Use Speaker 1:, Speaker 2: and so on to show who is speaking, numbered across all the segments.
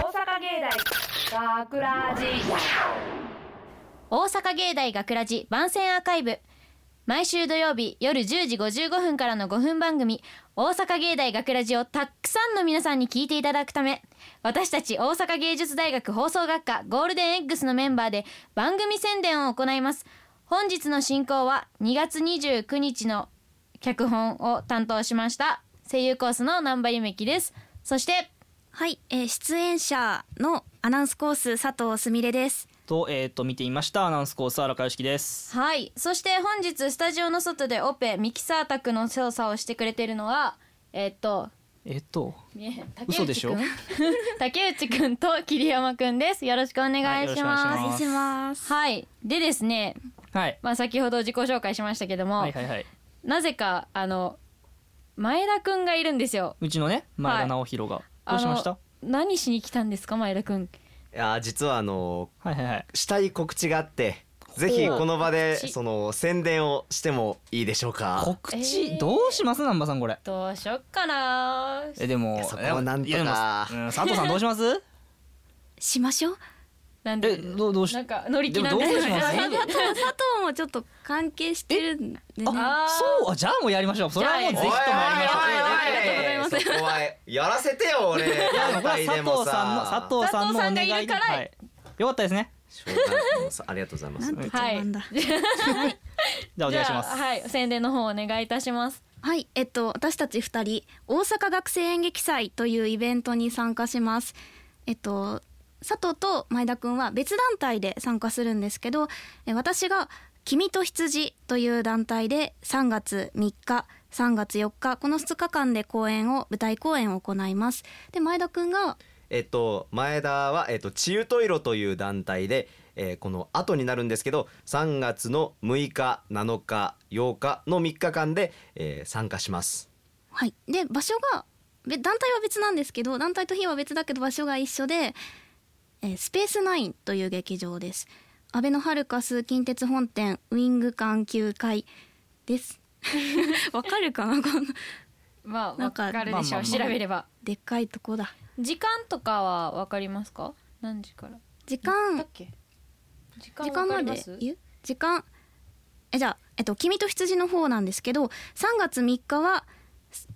Speaker 1: 大学ラジ
Speaker 2: 大阪芸大学ラジ番宣アーカイブ毎週土曜日夜10時55分からの5分番組「大阪芸大学ラジをたくさんの皆さんに聞いていただくため私たち大阪芸術大学放送学科ゴールデン X のメンバーで番組宣伝を行います本日の進行は2月29日の脚本を担当しました声優コースの南波ゆめきですそして
Speaker 3: はい、えー、出演者のアナウンスコース佐藤すみれです。
Speaker 4: と,、えー、と見ていましたアナウンスコース荒川良樹です
Speaker 2: はいそして本日スタジオの外でオペミキサー宅の操作をしてくれているのはえっと
Speaker 4: えっ、と
Speaker 2: 見えへん竹
Speaker 4: 嘘で
Speaker 2: 内
Speaker 4: し
Speaker 2: く
Speaker 4: ょ
Speaker 2: ん 竹内くんと桐山くんですよろしくお願いし
Speaker 4: はいよろしくお願いし
Speaker 2: ま
Speaker 4: ますす
Speaker 3: ます。
Speaker 2: はいでですね
Speaker 4: はい
Speaker 2: まあ先ほど自己紹介しましたけども、
Speaker 4: はいはいはい
Speaker 2: なぜかあの前田くんがいるんですよ
Speaker 4: うちのね前田直弘が、どうしました
Speaker 2: あの何しに来たんですか前田くん
Speaker 5: いやー実はあの
Speaker 4: はいはいはい
Speaker 5: ーしたい告知があってぜひこの場で
Speaker 2: 告知
Speaker 5: その宣伝をしてもいいでしょうか
Speaker 4: 告知、
Speaker 2: えー
Speaker 4: どうします南波さんこれ
Speaker 2: どうしよっかな
Speaker 4: えでも
Speaker 5: いやそこはなんとか
Speaker 4: いやでもうん、佐藤さんどうします
Speaker 3: しましょう。
Speaker 2: なんで
Speaker 4: えどうどうし
Speaker 2: なんか乗り気なん
Speaker 4: で
Speaker 2: で
Speaker 4: もどう
Speaker 2: すけ
Speaker 4: します
Speaker 2: ど
Speaker 3: 佐藤もちょっと関係してるんでね。
Speaker 2: あ
Speaker 4: あそうあじゃあもうやりましょうそれはもうぜひともやりましょう
Speaker 2: おいおいおいありがとうございます
Speaker 5: そこはやらせてよ俺
Speaker 4: いやでもこれは佐藤さんの佐藤さ
Speaker 2: 佐
Speaker 4: んのお願い
Speaker 2: 藤さんがいるから
Speaker 4: はい、よかったですね
Speaker 5: しょうがないもうさありがとうございま
Speaker 3: な
Speaker 5: す
Speaker 3: んて
Speaker 2: はい
Speaker 3: 冗談だ。
Speaker 4: じゃあお願いします
Speaker 2: じゃあはい、宣伝の方お願いいたします。
Speaker 3: はい、えっと私たち二人大阪学生演劇祭というイベントに参加します。えっと佐藤と前田くんは別団体で参加するんですけど、え私が君と羊という団体で3月3日、3月4日この2日間で公演を舞台公演を行います。で前田くんが
Speaker 5: えっと前田はえっとチユトイロという団体でえーこの後になるんですけど3月の6日7日8日の3日間でえー参加します
Speaker 3: はい、で場所がべ団体は別なんですけど団体と日は別だけど場所が一緒で、えースペースナインという劇場です安倍のハルカス近鉄本店ウイング館9階ですわかるかなこの
Speaker 2: まあ、
Speaker 3: な
Speaker 2: わ
Speaker 3: んか
Speaker 2: かるでしょう。
Speaker 4: まあまあまあ
Speaker 2: 調べれば。
Speaker 3: でっかいとこだ
Speaker 2: 時間とかはわかりますか。何時から。
Speaker 3: 時
Speaker 2: だ
Speaker 3: 間
Speaker 2: っけ。時
Speaker 3: 時
Speaker 2: わ
Speaker 3: 間
Speaker 2: か
Speaker 3: ま
Speaker 2: りま
Speaker 3: です言う時間えじゃあ、えっと、君と羊の方なんですけど3月3日は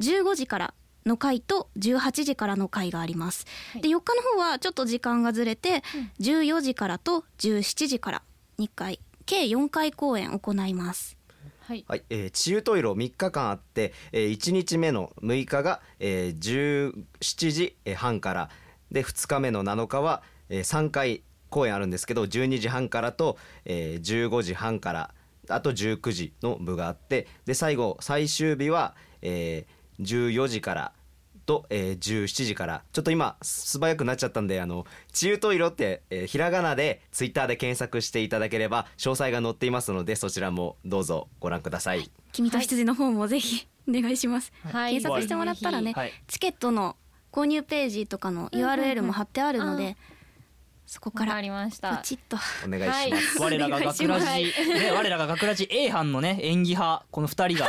Speaker 3: 15時からの回と18時からの回があります、
Speaker 2: はい
Speaker 3: で4日の方はちょっと時間がずれて、14時からと17時から2回計4回公演行います
Speaker 2: はい。
Speaker 5: はい、えー、治癒トイロ3日間あって、えー、1日目の6日が、えー、17時半からで2日目の7日は、えー、3回公演あるんですけど12時半からと、えー、15時半からあと19時の部があってで最後最終日は、えー、14時からと、えー、17時からちょっと今素早くなっちゃったんであの「治癒トイロ」って、えーひらがなでツイッターで検索していただければ詳細が載っていますのでそちらもどうぞご覧ください。
Speaker 3: 君と羊の方もぜひお願いします、
Speaker 2: はい
Speaker 3: 検索してもらったらね、
Speaker 4: はい
Speaker 3: チケットの購入ページとかの
Speaker 2: うんうん
Speaker 3: URL も貼ってあるので、
Speaker 2: あー
Speaker 3: そこか
Speaker 2: わからりまし
Speaker 3: ポ
Speaker 2: た。
Speaker 3: チッと
Speaker 5: お願いします、
Speaker 2: はい
Speaker 4: 我らが学ラジ、
Speaker 2: はい
Speaker 4: ね、我らが学ラジ A 班のね演技派この二人が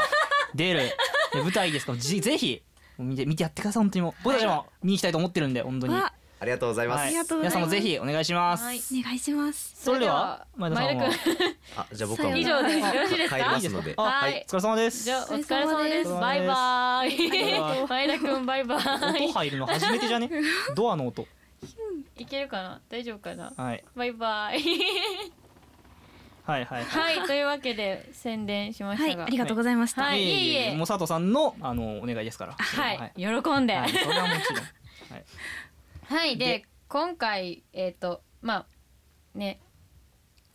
Speaker 4: 出るね舞台ですからぜぜひ見て見てやってください本当にもう僕たちも見に行きたいと思ってるんで本当に、
Speaker 3: わ
Speaker 5: ありがとうございます。
Speaker 4: はい
Speaker 3: りがとうご
Speaker 4: 皆
Speaker 3: ざいます
Speaker 4: さんもぜひお願いします、
Speaker 2: はい
Speaker 3: お願いします
Speaker 4: それでは
Speaker 2: それでは
Speaker 4: 前田さんは
Speaker 2: 前田くん
Speaker 5: あじゃあ僕はもう
Speaker 2: 以上です。よろし いです
Speaker 5: 帰り
Speaker 2: か
Speaker 5: ま。すので。
Speaker 4: あ
Speaker 2: はい
Speaker 4: お疲れ様です
Speaker 2: じゃあ、お疲れ様です。
Speaker 4: お疲れ様です
Speaker 2: バイバーイ。
Speaker 4: バ
Speaker 2: 前田くん、バイバ
Speaker 4: 音
Speaker 2: ー
Speaker 4: 入るの初めてじゃねドアの音
Speaker 2: イ。いけるかな。大丈夫かな。
Speaker 4: はい
Speaker 2: バイバイ。
Speaker 4: はいはいはい
Speaker 2: はい、というわけで、宣伝しま
Speaker 3: は
Speaker 2: した
Speaker 3: い、
Speaker 2: が。
Speaker 3: ありがとうございました。
Speaker 2: はいいえいえ
Speaker 4: もう佐藤さんのあのお願いですから
Speaker 2: はい、喜んで。
Speaker 4: はい、それはもちろんはい
Speaker 2: はいで
Speaker 4: で
Speaker 2: 今回えっ、とまあね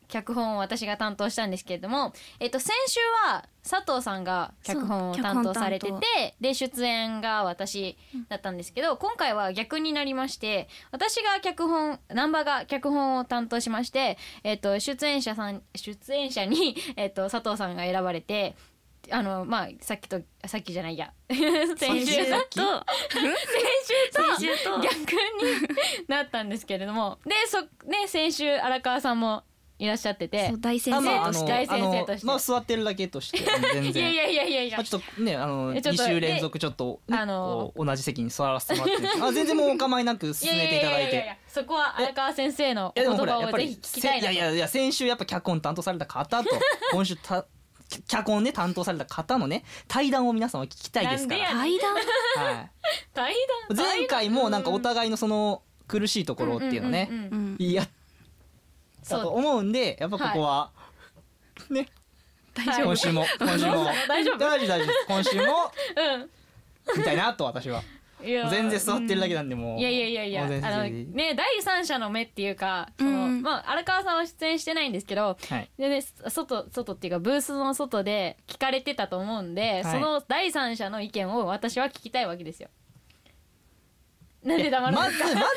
Speaker 2: 脚本を私が担当したんですけれども、えっと先週は佐藤さんが脚本を
Speaker 3: そう
Speaker 2: 担当されて
Speaker 3: 脚本担
Speaker 2: てで出演が私だったんですけど、今回は逆になりまして私が脚本難波が脚本を担当しまして、えっと出演者さん出演者に、 えっと佐藤さんが選ばれてあのまあさっきとさっきじゃないや先週と
Speaker 3: と、
Speaker 2: 先
Speaker 3: 先
Speaker 2: 週
Speaker 3: 週
Speaker 2: と
Speaker 3: と
Speaker 2: 逆になったんですけれどもでそ、ね、先週荒川さんもいらっしゃってて
Speaker 3: そう大先
Speaker 4: あま
Speaker 3: 生
Speaker 4: ああの
Speaker 3: とし
Speaker 2: の
Speaker 3: て
Speaker 2: 大先生として
Speaker 4: あのまあ座ってるだけとして全
Speaker 2: いや
Speaker 4: 然
Speaker 2: いやいやいやいや
Speaker 4: まあちょっとねあの
Speaker 2: えちょっ
Speaker 4: 二
Speaker 2: と
Speaker 4: 週連続ちょっとね
Speaker 2: あの
Speaker 4: こう同じ席に座らせてもらってるんですけどあ全然もうお構いなく進めていただい
Speaker 2: やややや
Speaker 4: て。
Speaker 2: そこは荒川先生の
Speaker 4: い
Speaker 2: お言
Speaker 4: やでもほら
Speaker 2: 葉
Speaker 4: やっ
Speaker 2: を
Speaker 4: ぱ
Speaker 2: ぜ
Speaker 4: り
Speaker 2: ひ聞き
Speaker 4: せ
Speaker 2: たい
Speaker 4: い
Speaker 2: な
Speaker 4: や
Speaker 2: と
Speaker 4: いやいや先週やっぱ脚本担当された方と 今週た脚本ね担当された方のね対談を皆さんは聞きたいですか
Speaker 2: なん
Speaker 4: ら。
Speaker 3: 対 談
Speaker 4: はい。
Speaker 2: 対談
Speaker 4: 前回もなんかお互いのその苦しいところっていうの
Speaker 2: んん
Speaker 4: ね
Speaker 2: ん
Speaker 3: う
Speaker 2: うん
Speaker 3: ん
Speaker 4: いや
Speaker 2: そう
Speaker 4: だと思うんでやっぱここはね
Speaker 3: 大
Speaker 2: はい
Speaker 3: 丈夫
Speaker 4: 今週も今週も
Speaker 2: 大丈夫
Speaker 4: 大丈夫大丈夫今週も
Speaker 2: うん
Speaker 4: みたいなと私はい
Speaker 2: や
Speaker 4: 全然座ってるだけなんでもう
Speaker 2: いやいやいやいや
Speaker 4: もう全然
Speaker 2: あのね第三者の目っていうかその、
Speaker 3: うん
Speaker 2: まあ、荒川さんは出演してないんですけど
Speaker 4: はい
Speaker 2: でね外外っていうかブースの外で聞かれてたと思うんで、
Speaker 4: い
Speaker 2: その第三者の意見を私は聞きたいわけですよ。なんで黙るの
Speaker 4: まず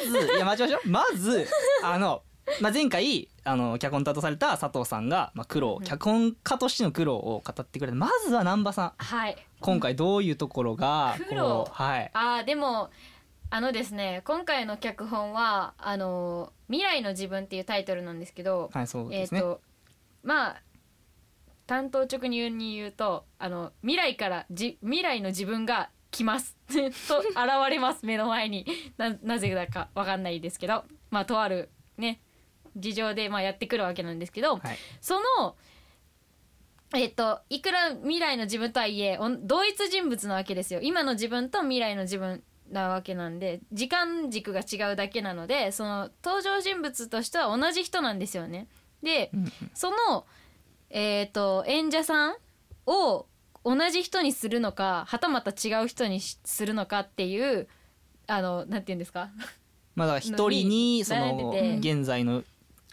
Speaker 4: まずいや待ちましょうまずあのまあ前回あの脚本担当された佐藤さんがまあ苦労脚本家としての苦労を語ってくれてまずは難波さん
Speaker 2: はい
Speaker 4: 今回どういうところが
Speaker 2: 苦労
Speaker 4: こうはい
Speaker 2: あーでもあのですね今回の脚本は「あの未来の自分」っていうタイトルなんですけど、
Speaker 4: はいそう
Speaker 2: え
Speaker 4: で
Speaker 2: っ、
Speaker 4: すね
Speaker 2: とまあ担当直入に言うとあの未来からじ未来の自分が来ます と現れます目の前にななぜだかわかんないですけどまあとあるね事情でまあやってくるわけなんですけど、
Speaker 4: はい
Speaker 2: そのえっといくら未来の自分とはいえおん同一人物なわけですよ今の自分と未来の自分なわけなんで時間軸が違うだけなのでその登場人物としては同じ人なんですよね。で、
Speaker 4: うん
Speaker 2: その、えー、と演者さんを同じ人にするのかはたまた違う人にしするのかっていうあのなんて言うんですか
Speaker 4: まあ、だから一人にそ
Speaker 2: のに
Speaker 4: の
Speaker 2: 悩んで
Speaker 4: 現在の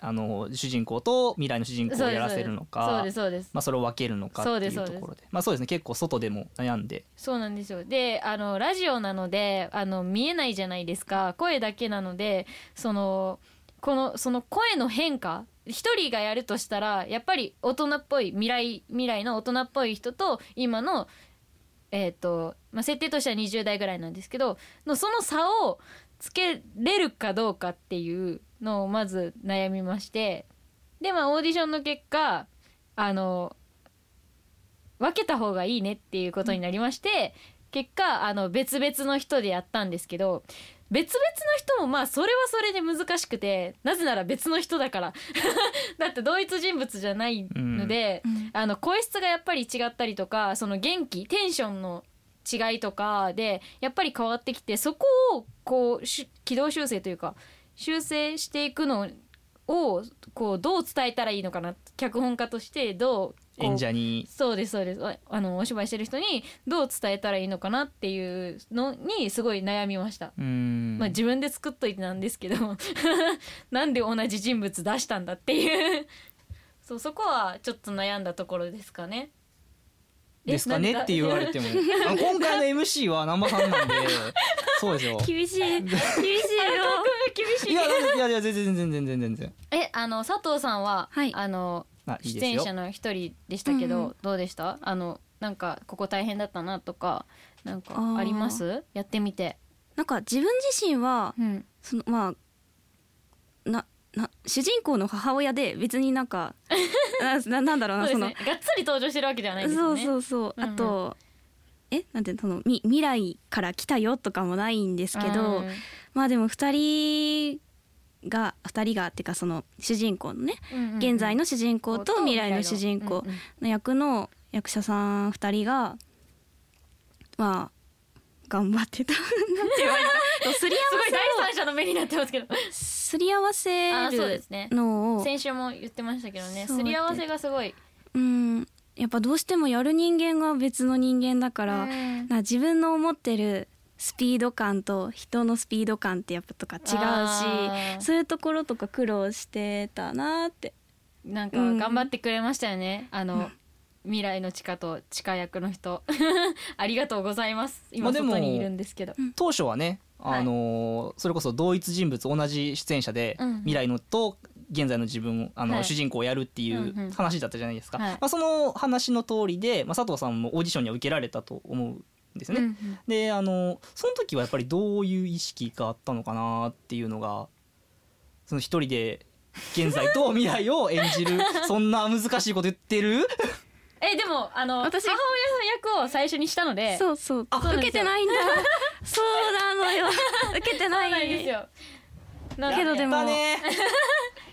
Speaker 4: あの主人公と未来の主人公をやらせるの
Speaker 2: そ
Speaker 4: か
Speaker 2: うですそうです
Speaker 4: まあ、それを分けるのかっていうと
Speaker 2: そうです
Speaker 4: こ
Speaker 2: そ
Speaker 4: ろでまあそうですね結構外でも悩んで
Speaker 2: そうなんですよであのラジオなのであの見えないじゃないですか声だけなのでそのこのその声の変化一人がやるとしたらやっぱり大人っぽい未来未来の大人っぽい人と今のえっ、と、まあ、設定としては20代ぐらいなんですけどのその差をつけれるかどうかっていうのをまず悩みましてでまあオーディションの結果あの分けた方がいいねっていうことになりまして、結果あの別々の人でやったんですけど別々の人もまあそれはそれで難しくてなぜなら別の人だから だって同一人物じゃないので、
Speaker 3: うん
Speaker 2: あの声質がやっぱり違ったりとかその元気テンションの違いとかでやっぱり変わってきてそこをこうし軌道修正というか修正していくのをこうどう伝えたらいいのかな脚本家としてどうこう
Speaker 4: 演者に
Speaker 2: そうですそうですああのお芝居してる人にどう伝えたらいいのかなっていうのにすごい悩みました、
Speaker 4: うーん、
Speaker 2: まあ自分で作っといてなんですけど なんで同じ人物出したんだっていう そうそこはちょっと悩んだところですかねえ
Speaker 4: ですかね
Speaker 2: なんだ
Speaker 4: って言われてもあの今回の MC は南波さんなんでそうですよ
Speaker 3: 厳 しい厳しいよ
Speaker 2: 厳し
Speaker 4: いやいやいや全然全然全然全然
Speaker 2: えあの佐藤さんは、
Speaker 3: はい
Speaker 2: あの
Speaker 4: あいい
Speaker 2: 出
Speaker 4: です
Speaker 2: 演
Speaker 4: よ
Speaker 2: 者の一人でしたけど、
Speaker 3: うんうん
Speaker 2: どうでしたあのなんかここ大変だったなとかなんかありますやってみて、
Speaker 3: なんか自分自身は
Speaker 2: うん、
Speaker 3: そのまあなな主人公の母親で別にな んかなななんだろう
Speaker 2: そう
Speaker 3: な
Speaker 2: で
Speaker 3: そ
Speaker 2: す
Speaker 3: の
Speaker 2: ねがっつり登場してるわけではないです
Speaker 3: そ
Speaker 2: よ
Speaker 3: う
Speaker 2: ね
Speaker 3: そうそう、
Speaker 2: うんうん
Speaker 3: あとえなんていうのそのみ未来から来たよとかもないんですけど、
Speaker 2: うん
Speaker 3: まあでも2人が2人がっていうかその主人公のね、
Speaker 2: うんうん
Speaker 3: 現在の主人公と未来の主人
Speaker 2: う
Speaker 3: 公
Speaker 2: んうん
Speaker 3: の役の役者さん2人がまあ頑張ってたなんて言われたすり
Speaker 2: すごい
Speaker 3: 合わ
Speaker 2: 第三者の目になってますけど
Speaker 3: せすり合わ
Speaker 2: あーそう
Speaker 3: せ
Speaker 2: で
Speaker 3: る
Speaker 2: すね
Speaker 3: のを
Speaker 2: 先週も言ってましたけどね
Speaker 3: そう
Speaker 2: すり合わせがすごい
Speaker 3: うんやっぱどうしてもやる人間が別の人間だから、
Speaker 2: うん
Speaker 3: な自分の思ってるスピード感と人のスピード感ってやっぱとか違
Speaker 2: あ
Speaker 3: う
Speaker 2: ー
Speaker 3: しそういうところとか苦労してたなって
Speaker 2: なんか頑張ってくれましたよね、あの未来の地下と地下役の人 ありがとうございます今
Speaker 4: まあでも
Speaker 2: 外にいるんですけど、
Speaker 4: 当初はね
Speaker 2: はい
Speaker 4: あのーそれこそ同一人物同じ出演者で、
Speaker 2: うんうん
Speaker 4: 未来のと現在の自分をあの、
Speaker 2: はい
Speaker 4: 主人公をやるってい
Speaker 2: んう
Speaker 4: うんう話だったじゃないですか、
Speaker 2: はい
Speaker 4: まあ、その話の通りで、まあ、佐藤さんもオーディションには受けられたと思うんですね。
Speaker 2: うんうん
Speaker 4: であのその時はやっぱりどういう意識があったのかなっていうのがその一人で現在と未来を演じる そんな難しいこと言ってる
Speaker 2: えでもあの
Speaker 3: 私
Speaker 2: 母親の役を最初にしたので
Speaker 3: そうそう
Speaker 2: あ
Speaker 3: 受けてないん だそうなのよ 受けて
Speaker 2: そ
Speaker 3: な
Speaker 2: うなん
Speaker 3: い
Speaker 2: ですよなの
Speaker 3: けどでも
Speaker 4: だね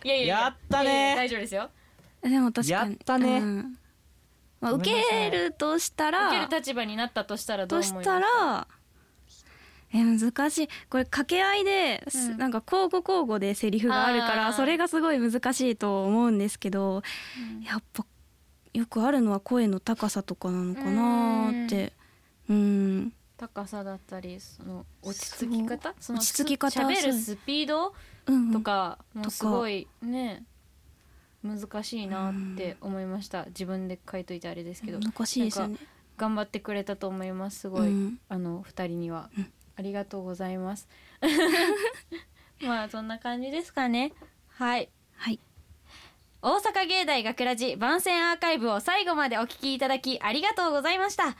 Speaker 2: いやいやい
Speaker 4: やったね
Speaker 2: いやいや大丈夫ですよ
Speaker 3: でも確かに
Speaker 4: やったね
Speaker 3: うんまあ、
Speaker 4: ごめ
Speaker 3: 受
Speaker 4: んなさい
Speaker 3: けるとしたら
Speaker 2: 受ける立場になったとしたらどう思い
Speaker 3: とし
Speaker 2: ます
Speaker 3: たらえ難しいこれ掛け合いで、す
Speaker 2: うん
Speaker 3: なんか交互交互でセリフがあるか
Speaker 2: あ
Speaker 3: ら
Speaker 2: ー
Speaker 3: それがすごい難しいと思うんですけど、やっぱよくあるのは声の高さとかなのかなーってうん
Speaker 2: 高さだったりその落ち着き方その
Speaker 3: 落ち着き方
Speaker 2: しゃべ
Speaker 3: そう
Speaker 2: るスピード
Speaker 3: うん
Speaker 2: とかも
Speaker 3: とか
Speaker 2: すごいね難しいなって思いました自分で書いといてあれですけど
Speaker 3: 難しいですよ
Speaker 2: な
Speaker 3: ね
Speaker 2: んか頑張ってくれたと思いますすごい、
Speaker 3: うん
Speaker 2: あの二人には、ありがとうございます まあそんな感じですかねはい
Speaker 3: はい
Speaker 2: 大阪芸大学ラジ番宣アーカイブを最後までお聞きいただきありがとうございました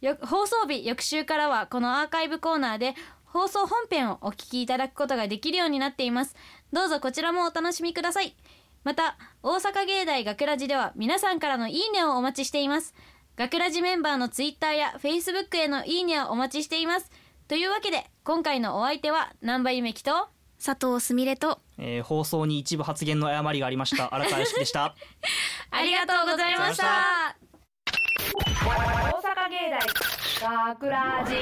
Speaker 2: よ放送日翌週からはこのアーカイブコーナーで放送本編をお聞きいただくことができるようになっていますどうぞこちらもお楽しみくださいまた大阪芸大学ラジでは皆さんからのいいねをお待ちしています学ラジメンバーのツイッターやフェイスブックへのいいねをお待ちしていますというわけで今回のお相手は南波ゆめきと
Speaker 3: 佐藤すみれと
Speaker 4: えー放送に一部発言の誤りがありました荒川良樹でした
Speaker 2: ありがとうございまし
Speaker 4: ありがとうございま
Speaker 1: 大
Speaker 2: た
Speaker 1: 阪芸大学ラジ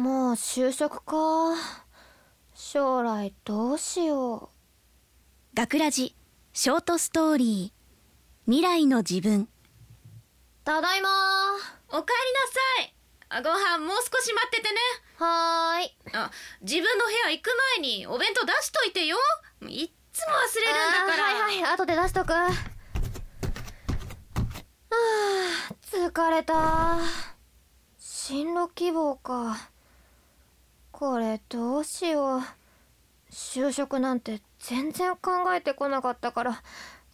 Speaker 6: もう就職か将来どうしよ
Speaker 3: 学ラジショートストーリー未来の自分
Speaker 6: うただいま
Speaker 3: おかえりなさいご飯もう少し待っててね
Speaker 6: はーい
Speaker 3: あ自分の部屋行く前にお弁当出しといてよいっつも忘れるんだから
Speaker 6: あーはいはい後で出しとくはあ疲れた進路希望かこれどうしよう就職なんて全然考えてこなかったから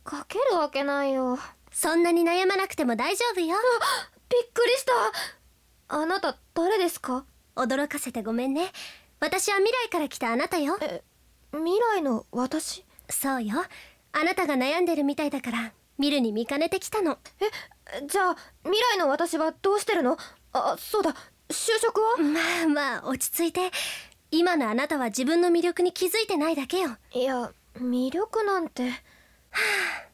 Speaker 6: 書けるわけないよそんなに悩まなくても大丈夫よびっくりしたあなた誰ですか驚かせてごめんね私は未来から来たあなたよえ未来の私そうよあなたが悩んでるみたいだから見るに見かねてきたのえじゃあ未来の私はどうしてるのあそうだ就職はまあまあ落ち着いて今のあなたは自分の魅力に気づいてないだけよいや魅力なんてはあ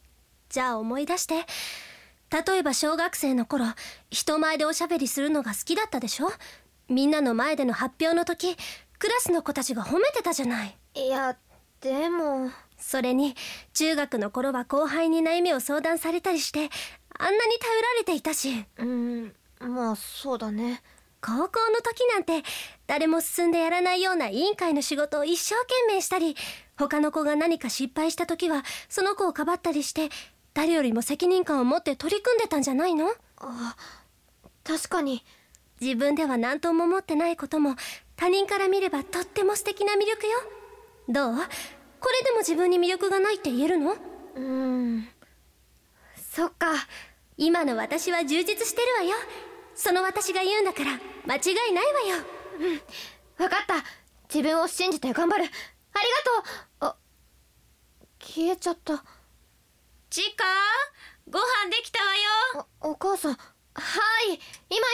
Speaker 6: じゃあ思い出して例えば小学生の頃人前でおしゃべりするのが好きだったでしょみんなの前での発表の時クラスの子たちが褒めてたじゃないいやでもそれに中学の頃は後輩に悩みを相談されたりしてあんなに頼られていたしうんまあそうだね高校の時なんて誰も進んでやらないような委員会の仕事を一生懸命したり他の子が何か失敗した時はその子をかばったりして誰よりも責任感を持って取り組んでたんじゃないのあ確かに自分では何とも思ってないことも他人から見ればとっても素敵な魅力よどうこれでも自分に魅力がないって言えるのうんそっか今の私は充実してるわよその私が言うんだから間違いないわようん分かった自分を信じて頑張るありがとうあ消えちゃった
Speaker 3: ちかご飯できたわよ
Speaker 6: おお母さんはい今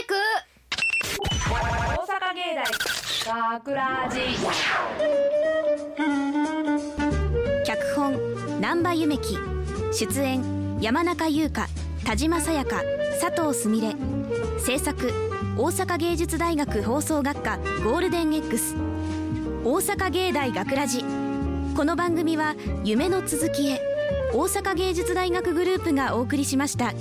Speaker 6: 行く
Speaker 1: 大阪芸大学ラジ
Speaker 3: 脚本南波ゆめき出演山中優香田島さやか佐藤すみれ制作大阪芸術大学放送学科ゴールデン X 大阪芸大学ラジこの番組は夢の続きへ大阪芸術大学グループがお送りしました。